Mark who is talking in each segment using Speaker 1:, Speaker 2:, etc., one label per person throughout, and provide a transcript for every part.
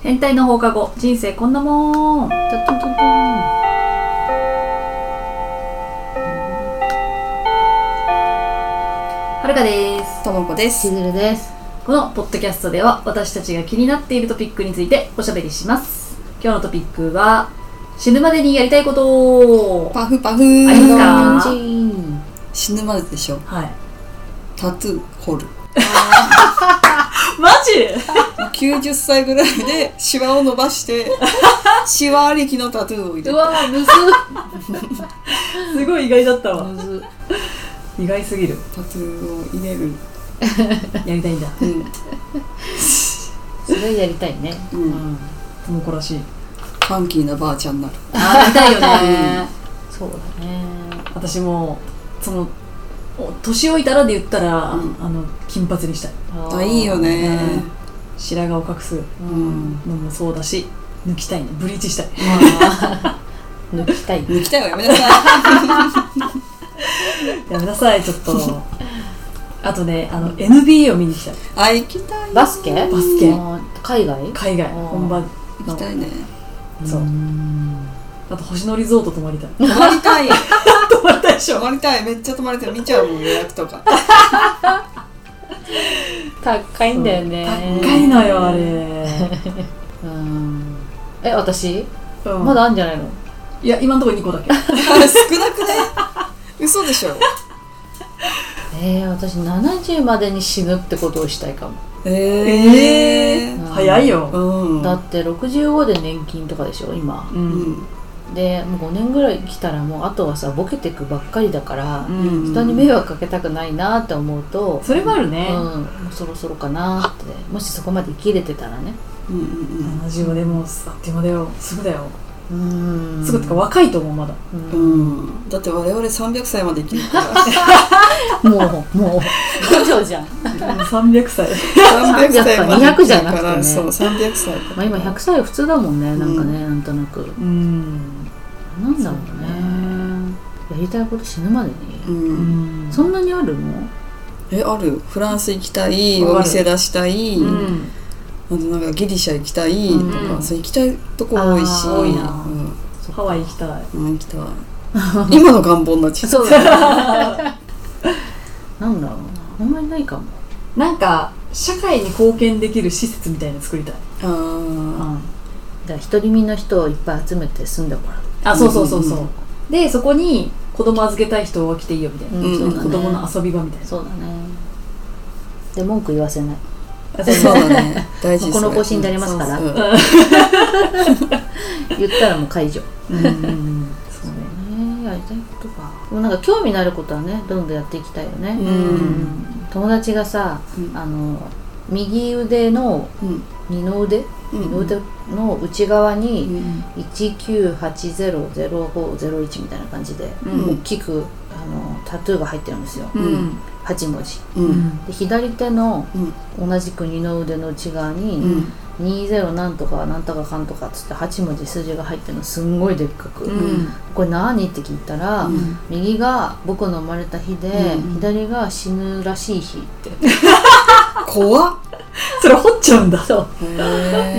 Speaker 1: 変態の放課後人生こんなもん
Speaker 2: トントントントン
Speaker 1: はるかです
Speaker 3: ともこです。
Speaker 2: しずるです
Speaker 1: このポッドキャストでは私たちが気になっているトピックについておしゃべりします今日のトピックは死ぬまでにやりたいこと
Speaker 3: パフパフ
Speaker 1: ありま
Speaker 2: チ
Speaker 1: すか
Speaker 2: ン
Speaker 3: 死ぬまででしょ。
Speaker 1: はい
Speaker 3: タトゥー掘る。
Speaker 1: マジ
Speaker 3: 90歳ぐらいでシワを伸ばして、シワありきのタトゥーを入れ
Speaker 2: う
Speaker 3: る。
Speaker 2: わむず
Speaker 1: すごい意外だった
Speaker 2: っ
Speaker 1: わ
Speaker 2: むずっ
Speaker 1: 意外すぎる
Speaker 3: タトゥーを入れる。
Speaker 1: やりたいんだ
Speaker 3: うん。
Speaker 2: それやりたいね
Speaker 3: うん
Speaker 2: ん
Speaker 1: ともこらしい
Speaker 3: ファンキーなばあちゃんになる。
Speaker 1: あー見たいよね
Speaker 2: そうだね
Speaker 1: 私もそのお年老いたらで言ったら、
Speaker 3: うん
Speaker 1: あの金髪にしたい
Speaker 2: あ
Speaker 3: あ、
Speaker 2: ー
Speaker 3: いいよね。
Speaker 1: 白髪を隠す
Speaker 2: う
Speaker 3: うんん。
Speaker 1: のもそうだし抜きたいねブリーチしたい
Speaker 2: まあ抜きたい
Speaker 3: 抜きたいわ、やめなさい。
Speaker 1: やめなさいちょっと あとねあの NBA を見に行きたい
Speaker 3: あ、行きたい。
Speaker 2: バスケ
Speaker 1: バスケ
Speaker 2: あー海外
Speaker 1: 海外
Speaker 2: あー
Speaker 1: 本場の
Speaker 3: 行きたいね。
Speaker 1: そう
Speaker 2: うん
Speaker 1: あと星野リゾート泊まりたい
Speaker 3: 泊まりたい。
Speaker 1: 泊まりたいでし
Speaker 3: 泊
Speaker 1: ょ
Speaker 3: まりたい。めっちゃ泊まりたい。見ちゃうもん、予約とか。
Speaker 2: 高いんだよね
Speaker 1: 高いの よあれ、
Speaker 2: うんえ私
Speaker 1: うん
Speaker 2: まだあんじゃないの
Speaker 1: いや今のところ2個だけ
Speaker 3: あれ、少なくね嘘でしょ。
Speaker 2: えー、私70までに死ぬってことをしたいかも、
Speaker 3: え
Speaker 2: ー
Speaker 1: 早いよ
Speaker 3: うん。
Speaker 2: だって65で年金とかでしょ今
Speaker 1: う、
Speaker 3: うんん。
Speaker 2: でもう5年ぐらい来たらもうあとはさボケてくばっかりだから
Speaker 1: う、
Speaker 3: うん
Speaker 1: ん、
Speaker 2: 人に迷惑かけたくないなって思うと、
Speaker 1: それもあるね、
Speaker 2: うん、もうそろそろかなってもしそこまで生きれてたらね
Speaker 3: うんうん
Speaker 1: 75でもうあっという間だよすぐだよ
Speaker 2: うん
Speaker 1: すぐってか若いと思うまだ
Speaker 2: う
Speaker 3: うんん。うん。だって我々300歳まで生き るから。
Speaker 2: もうもう 五条じゃん、
Speaker 1: 300歳
Speaker 3: 300歳まで生きる
Speaker 2: 200じゃなくて
Speaker 3: か
Speaker 2: ね
Speaker 3: ら そう300歳
Speaker 2: まあ、今100歳は普通だもんねなんかね、なんとなく
Speaker 1: うん
Speaker 2: なんだろうねやりたいこと死ぬまでに、
Speaker 3: う
Speaker 1: うんん
Speaker 2: そんなにあるの
Speaker 3: えあるフランス行きたい
Speaker 1: わかる
Speaker 3: お店出したい、
Speaker 1: うん
Speaker 3: あとなんかギリシャ行きたいとか、
Speaker 1: うん
Speaker 3: そう行きたいとこ多いし
Speaker 2: あー多い
Speaker 1: なハワイ行きたい
Speaker 3: うん、うん行きたい 今の願望になっち ゃった
Speaker 2: そうだねなんだろうなあんまりないかも
Speaker 1: なんか社会に貢献できる施設みたいなの作りたい、
Speaker 3: あー
Speaker 2: だから独り身の人をいっぱい集めて住んでもらう
Speaker 1: あそうそうそうそう、
Speaker 3: うん
Speaker 1: でそこに子供預けたい人は来ていいよみたいな、
Speaker 3: うん
Speaker 1: 子供の遊び場みたいな、
Speaker 2: そうだねで文句言わせない
Speaker 1: あ
Speaker 3: そう
Speaker 1: そう
Speaker 3: だ ね大事
Speaker 2: この腰になりますから言ったらもう解除ね
Speaker 1: うんうんうんそうね
Speaker 2: やりたいことかでもなんか興味のあることはねどんどんやっていきたいよね、
Speaker 3: うん
Speaker 2: うん友達がさ、
Speaker 3: うん
Speaker 2: あの右腕の
Speaker 3: うん
Speaker 2: 二の腕、
Speaker 3: うん
Speaker 2: 二の腕の内側に、
Speaker 3: うん
Speaker 2: 19800501みたいな感じで、
Speaker 3: うん
Speaker 2: 大きくあのタトゥーが入ってるんですよ、
Speaker 1: うん
Speaker 2: 8文字
Speaker 3: うんうん
Speaker 2: で左手の
Speaker 3: うん
Speaker 2: 同じく二の腕の内側
Speaker 3: う
Speaker 2: に、
Speaker 3: ん
Speaker 2: 20なんとかなんとかかんとかっつって8文字数字が入ってるのすんごいでっかく、
Speaker 1: うん
Speaker 2: これ何って聞いたら、
Speaker 3: うん
Speaker 2: 右が僕の生まれた日で、
Speaker 3: うん
Speaker 2: 左が死ぬらしい日って
Speaker 3: 怖っ
Speaker 1: それ掘っちゃうんだ
Speaker 2: そう
Speaker 3: へ ー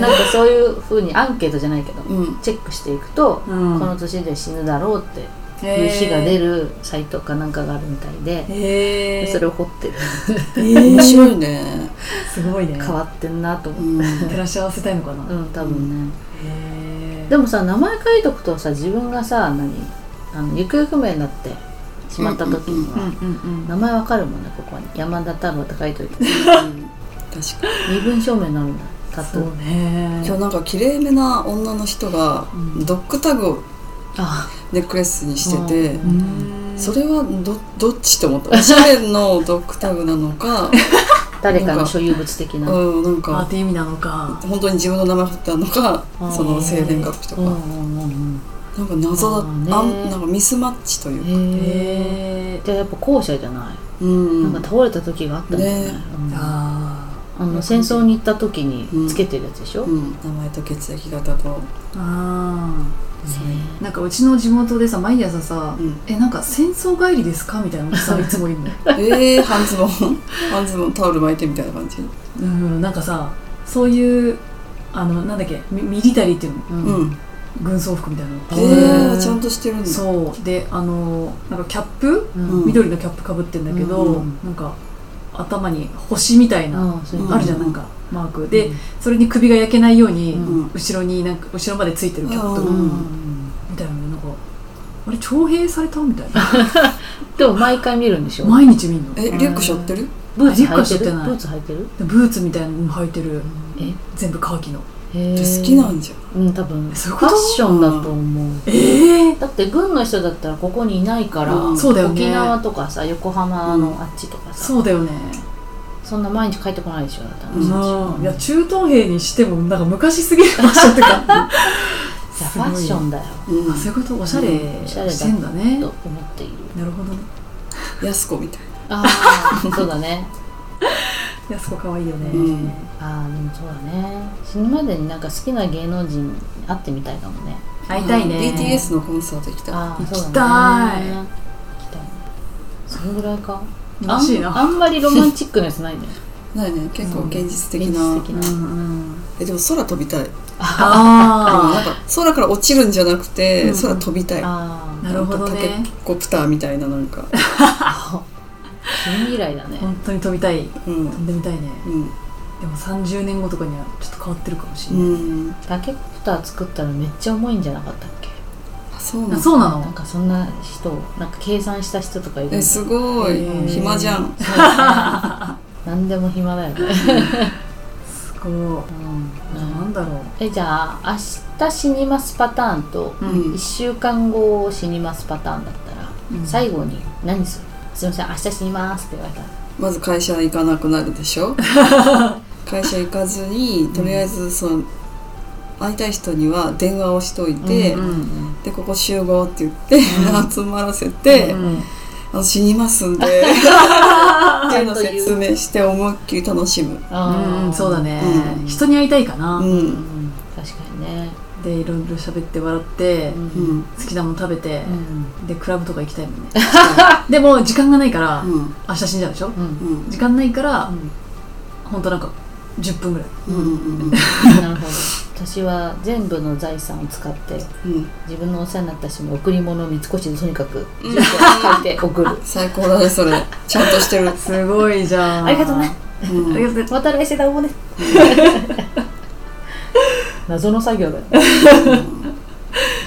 Speaker 2: なんかそういうふうにアンケートじゃないけど、
Speaker 3: うん
Speaker 2: チェックしていくと、
Speaker 1: うん
Speaker 2: この年で死ぬだろうって
Speaker 1: へ
Speaker 2: いう
Speaker 1: ー
Speaker 2: 日が出るサイトかなんかがあるみたいで、
Speaker 1: へえ
Speaker 2: それを掘ってる
Speaker 3: 面白
Speaker 1: い
Speaker 3: いね
Speaker 1: すごいね
Speaker 2: 変わってんなと
Speaker 3: う
Speaker 2: 思
Speaker 3: ん
Speaker 1: 照らし合わせたいのかな、
Speaker 2: ううん多分ね、
Speaker 1: へえ
Speaker 2: でもさ名前書いとくとさ自分がさ何あの行方不明になってしまった時には、
Speaker 1: うんうん
Speaker 2: 名前わかるもんねここに山田太郎って書いといて
Speaker 3: 確かに
Speaker 2: 身分証明になるんだタト
Speaker 1: そ
Speaker 2: ゥ
Speaker 1: う
Speaker 2: ー
Speaker 1: ね
Speaker 3: 今日なんか綺麗めな女の人が
Speaker 1: うん
Speaker 3: ドッグタグを
Speaker 2: あ
Speaker 3: ネックレスにしてて、
Speaker 2: うん
Speaker 1: うん
Speaker 3: それはどどっちと思ったおしゃれのドッグタグなのか
Speaker 2: 誰かの所有物的な、
Speaker 3: うんなん
Speaker 1: あっ
Speaker 3: か
Speaker 1: て意味なのか
Speaker 3: 本当に自分の名前貼ってあるのか
Speaker 2: あー
Speaker 3: その生年月日と
Speaker 2: うん
Speaker 3: か
Speaker 2: うん
Speaker 3: なんか謎だ
Speaker 2: あ
Speaker 3: あ
Speaker 2: ーね
Speaker 3: んなんかミスマッチといううか、
Speaker 2: んへえ
Speaker 1: へえ
Speaker 2: じゃあやっぱ後者じゃない、
Speaker 3: うん
Speaker 2: なんか倒れた時があったんだよね
Speaker 3: ね
Speaker 2: うん
Speaker 1: あ
Speaker 2: あの戦争に行った時につけてるやつでしょ、
Speaker 3: うん、名前と血液型と、
Speaker 1: ーあ
Speaker 3: そう
Speaker 1: ーなんかうちの地元でさ毎朝さ
Speaker 3: うん
Speaker 1: 「えなんか戦争帰りですか?」みたいなおじさんいつもいるの
Speaker 3: えー、半ズボン半ズボンタオル巻いてみたいな感じ
Speaker 1: うんなんかさそういうあのなんだっけミミリタリーっていうの
Speaker 2: う
Speaker 3: うんん
Speaker 1: 軍装服みたいなの
Speaker 2: へ
Speaker 3: え
Speaker 2: ー
Speaker 3: ー、ちゃんとしてるんだ
Speaker 1: そうであのなんかキャップ、
Speaker 2: うん
Speaker 3: うん
Speaker 1: 緑のキャップかぶってんだけど、
Speaker 2: うんうん
Speaker 1: なんか頭に星みたいな、
Speaker 2: ああそううん
Speaker 1: あるじゃんなんかマークで、それに首が焼けないように、
Speaker 2: うん
Speaker 3: うん
Speaker 1: 後ろになんか後ろまでついてるキャップと
Speaker 2: うん
Speaker 1: か
Speaker 2: うん
Speaker 1: みたいなのなんかあれ徴兵されたみたいな
Speaker 2: でも毎回見るんでしょ
Speaker 1: 毎日見んの
Speaker 3: えリュック背負ってる
Speaker 1: ブーツ一個し
Speaker 2: 履い
Speaker 1: か
Speaker 2: て
Speaker 1: やってな
Speaker 2: る
Speaker 1: い
Speaker 2: ブーツ履いてる
Speaker 1: でブーツみたいなの履いてる
Speaker 2: え
Speaker 1: 全部カーキの
Speaker 2: へー
Speaker 3: 好きなんじゃん
Speaker 2: うん多分
Speaker 1: そういう
Speaker 2: フ
Speaker 1: こ
Speaker 2: ァ
Speaker 1: と
Speaker 2: ッションだと思う
Speaker 1: ええ
Speaker 2: だって軍の人だったらここにいないから、
Speaker 3: うん
Speaker 1: そうだよね
Speaker 2: 沖縄とかさ横浜のあっちとかさ、
Speaker 1: そうだよね
Speaker 2: そんな毎日帰ってこないでしょだって話でしょ
Speaker 1: うんいや中東兵にしてもなんか昔すぎる場所ってか
Speaker 2: じゃあファッションだよ
Speaker 3: うん
Speaker 1: あそういうことおしゃれ
Speaker 2: うんおしゃれだ
Speaker 1: してんだね、
Speaker 2: と思っている
Speaker 1: なるほどね
Speaker 3: 安子みたい
Speaker 2: ああそうだね
Speaker 1: 安子かわいいよね、
Speaker 3: うん
Speaker 2: ああでもそうだね死ぬまでになんか好きな芸能人に会ってみたいかもね
Speaker 1: 会いたいね、
Speaker 3: うん BTS のコンサート行きたい
Speaker 2: ああ
Speaker 1: 行きたい
Speaker 2: そうだね行きたいそのぐらいかあ
Speaker 1: らしいなん
Speaker 2: あんまりロマンチックなやつないね
Speaker 3: ないね結構現実的
Speaker 2: 現
Speaker 3: な
Speaker 2: 実的
Speaker 1: う
Speaker 2: なん
Speaker 1: うん
Speaker 3: えでも空飛びたいな
Speaker 1: あ
Speaker 3: んか空から落ちるんじゃなくて
Speaker 1: うん
Speaker 3: 空飛びたい
Speaker 2: あ
Speaker 1: なるほどね
Speaker 3: なんかタケコプターみたいななん か
Speaker 2: あ君以来だね
Speaker 1: あ本当に飛びたい
Speaker 3: うん
Speaker 1: 飛んでみたいね
Speaker 3: うん
Speaker 1: でも30年後とかにはちょっと変わってるかもしれ
Speaker 3: う
Speaker 1: ない、
Speaker 3: ん
Speaker 2: タケコプター作ったらめっちゃ重いんじゃなかったっけ
Speaker 3: あそう
Speaker 1: あ
Speaker 3: なんだ
Speaker 1: そうな
Speaker 2: なん
Speaker 1: の
Speaker 2: かそんな人なんか計算した人とかいるんだ
Speaker 3: えすごい
Speaker 1: へー
Speaker 3: 暇じゃん
Speaker 2: そうだね何でも暇だよね、
Speaker 1: すごいなんだろ
Speaker 2: えじゃあ明日死にますパターンと
Speaker 1: う、
Speaker 3: うん
Speaker 2: 1週間後死にますパターンだったら、
Speaker 1: うん
Speaker 2: 最後に何するすいません明日死にますって言われたら
Speaker 3: まず会社行かなくなるで しょ会社行かずにとりあえずその会いたい人には電話をしといて、
Speaker 1: うん
Speaker 3: でここ集合って言って、集まらせて、
Speaker 1: うん
Speaker 3: あの死にますんでっていうのを説明して思いっきり楽しむ、
Speaker 2: あー
Speaker 1: うんそうだね、
Speaker 2: うん
Speaker 1: 人に会いたいかな、
Speaker 3: うん
Speaker 2: うん確かにね
Speaker 1: でいろいろ喋って笑って、
Speaker 2: う
Speaker 3: うんん
Speaker 1: 好きなもの食べて
Speaker 2: う、ん
Speaker 1: でクラブとか行きたいもんねでも時間がないから、
Speaker 3: うん
Speaker 1: 明日死んじゃうでしょ、
Speaker 2: うん
Speaker 3: うん
Speaker 1: 時間ないから、
Speaker 2: うん
Speaker 1: ほんとなんか10分ぐらい
Speaker 3: うんうん
Speaker 2: なるほど私は全部の財産を使って
Speaker 3: うん
Speaker 2: 自分のお世話になった人に贈り物を三越にとにかく住所を 書いて送る
Speaker 3: 最高だねそれちゃんとしてる、
Speaker 1: すごいじゃん
Speaker 2: ありがとうね
Speaker 3: うん
Speaker 1: ありがとうね
Speaker 2: 渡るべしだ もね謎の作業だよ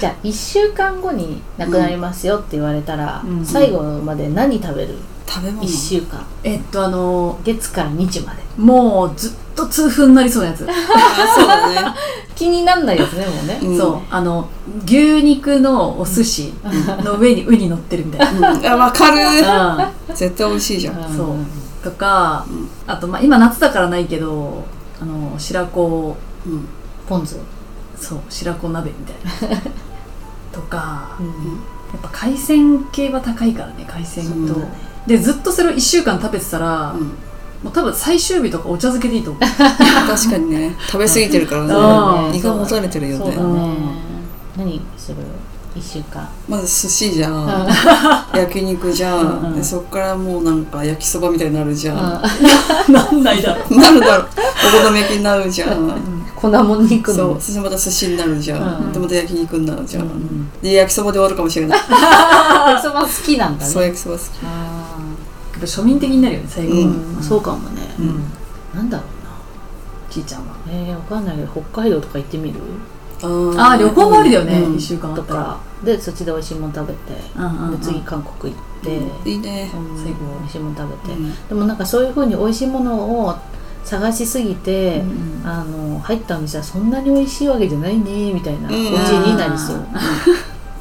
Speaker 2: じゃあ1週間後に亡くなりますよって言われたら、
Speaker 1: うん
Speaker 2: 最後まで何食べる、
Speaker 3: 食べ物
Speaker 2: 1週間
Speaker 1: えっとあの
Speaker 2: 月から日まで
Speaker 1: もうずっと痛風になりそうなやつ、
Speaker 3: あそうだね、
Speaker 2: 気になんないですねもうね
Speaker 3: うん
Speaker 1: そうあの牛肉のお寿司の上にウニ乗ってるみたい
Speaker 3: うんあわかる
Speaker 1: な、うん
Speaker 3: 絶対美味しいじゃん、
Speaker 1: そうんとか、
Speaker 3: うん
Speaker 1: あと、まあ、今夏だからないけどあの白子
Speaker 3: うん
Speaker 2: ポン酢
Speaker 1: そう白子鍋みたいな とか
Speaker 2: うん
Speaker 1: やっぱ海鮮系は高いからね海鮮と、
Speaker 3: そうだね
Speaker 1: でずっとそれを1週間食べてたら、
Speaker 3: うん、
Speaker 1: もう多分最終日とかお茶漬けでいいと思う
Speaker 3: 確かにね食べ過ぎてるか
Speaker 1: う
Speaker 3: らね
Speaker 1: ん
Speaker 3: 胃がもたれてるよ
Speaker 2: そうだね、
Speaker 3: ね
Speaker 1: うん
Speaker 2: 何する1週間
Speaker 3: まず寿司じゃん、焼肉じゃん、
Speaker 2: うん
Speaker 3: でそっからもうなんか焼きそばみたいになるじゃん、
Speaker 1: なんないだろう
Speaker 3: なるだろうお好み焼きになるじゃん
Speaker 2: 粉もん肉
Speaker 3: そ
Speaker 2: の
Speaker 3: うそしてまた寿司になるじゃん、
Speaker 2: うん
Speaker 3: でまた焼肉になるじゃん、
Speaker 2: うん
Speaker 3: で焼きそばで終わるかもしれない
Speaker 2: 焼きそば好きなんだね
Speaker 3: そう焼きそば好き
Speaker 2: あ
Speaker 1: やっぱ庶民的になるよね最後、
Speaker 3: う
Speaker 2: ー
Speaker 3: ん
Speaker 2: うんそうかもね、
Speaker 1: うん
Speaker 2: なんだろうな
Speaker 1: ちいちゃんは
Speaker 2: えー、わかんないけど北海道とか行ってみる
Speaker 1: ああー旅行もありだよね、
Speaker 3: うん
Speaker 1: 1週間あ
Speaker 2: と
Speaker 1: ったら
Speaker 2: かでそっちで美味しいもの食べて、
Speaker 1: うんうんうん
Speaker 2: で次韓国行って、
Speaker 3: いいね、
Speaker 2: うん
Speaker 1: 最後
Speaker 2: 美味しいもの食べて、
Speaker 3: うん
Speaker 2: でもなんかそういうふうに美味しいものを探しすぎて、
Speaker 1: うん
Speaker 2: あの入ったお店はそんなに美味しいわけじゃないねみたいなオ
Speaker 3: う
Speaker 2: チ
Speaker 3: ん
Speaker 2: になりそう、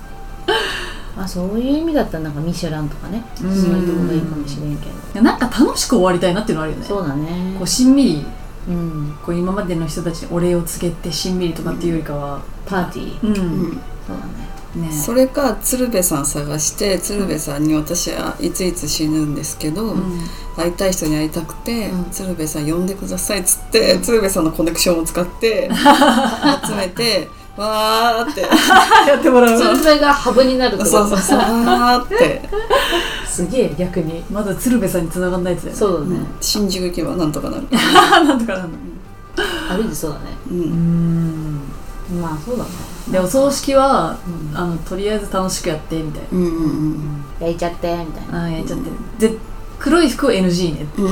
Speaker 2: あそういう意味だったらなんかミシュランとかね、
Speaker 1: うん
Speaker 2: そういうとこがいいかもしれんけど、
Speaker 1: なんか楽しく終わりたいなっていうのあるよね
Speaker 2: そうだね
Speaker 1: こうしんみり
Speaker 2: うん、
Speaker 1: こう今までの人たちにお礼を告げてしんみりとかっていうよりかは
Speaker 2: パーティー
Speaker 1: うん、
Speaker 3: うん
Speaker 2: そうだね
Speaker 1: ね
Speaker 3: それか鶴瓶さん探して鶴瓶さんに私はいついつ死ぬんですけど、
Speaker 1: うん
Speaker 3: 会いたい人に会いたくて、
Speaker 2: うん
Speaker 3: 鶴瓶さん呼んでくださいっつって、鶴瓶さんのコネクションを使って集めてわーって
Speaker 1: やってもら
Speaker 2: それがハブになるってこと
Speaker 3: そうそうそうわーって
Speaker 2: すげえ逆に
Speaker 1: まだ鶴瓶さんに繋がんないやつだよね
Speaker 2: そうだね、
Speaker 3: 新宿行けばなんとかなる
Speaker 1: あーなんとかなるの
Speaker 2: 歩いてそうだね
Speaker 3: う
Speaker 1: うんん
Speaker 2: まあそうだね
Speaker 1: でお葬式は
Speaker 2: うん
Speaker 1: あのとりあえず楽しくやってみたい
Speaker 3: うんうん
Speaker 2: 焼いちゃってみたいな
Speaker 1: なあーやっちゃってるで黒い服 NG ね
Speaker 3: うん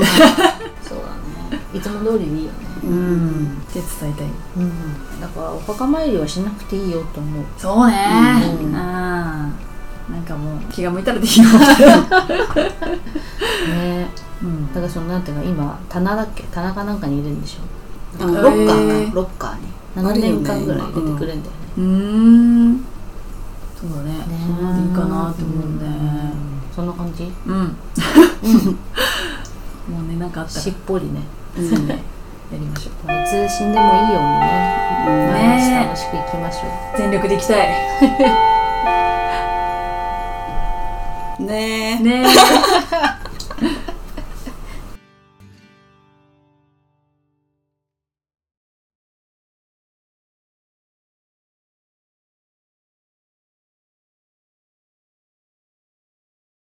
Speaker 2: そうだねいつも通りでいいよね
Speaker 3: う
Speaker 1: うんって伝えたい
Speaker 2: うんだからお墓参りはしなくていいよと思う
Speaker 1: そうね
Speaker 2: うん
Speaker 1: あーなんかもう気が向いたらでいいよ、
Speaker 2: ね
Speaker 1: うん
Speaker 2: だからそのなんていうの今棚だっけ棚かなんかにいるんでしょ
Speaker 3: あ
Speaker 2: なんかロッカ
Speaker 1: へ
Speaker 2: ー
Speaker 1: ー
Speaker 2: かロッカーに
Speaker 3: あ
Speaker 2: 7
Speaker 3: るよね
Speaker 2: 年間ぐらい入れてくれんだよね
Speaker 1: うーんそうだねそれでいいかなと思うね
Speaker 2: うんそんな感じ
Speaker 1: うん、 もうねなんかあったら
Speaker 2: し
Speaker 1: や
Speaker 2: っぽりね
Speaker 3: うん
Speaker 1: りましょう
Speaker 2: いつ死んでもいいようにね毎日
Speaker 1: ね
Speaker 2: 楽しく生きましょう
Speaker 1: 全力でいきたい
Speaker 3: ねえ
Speaker 1: ね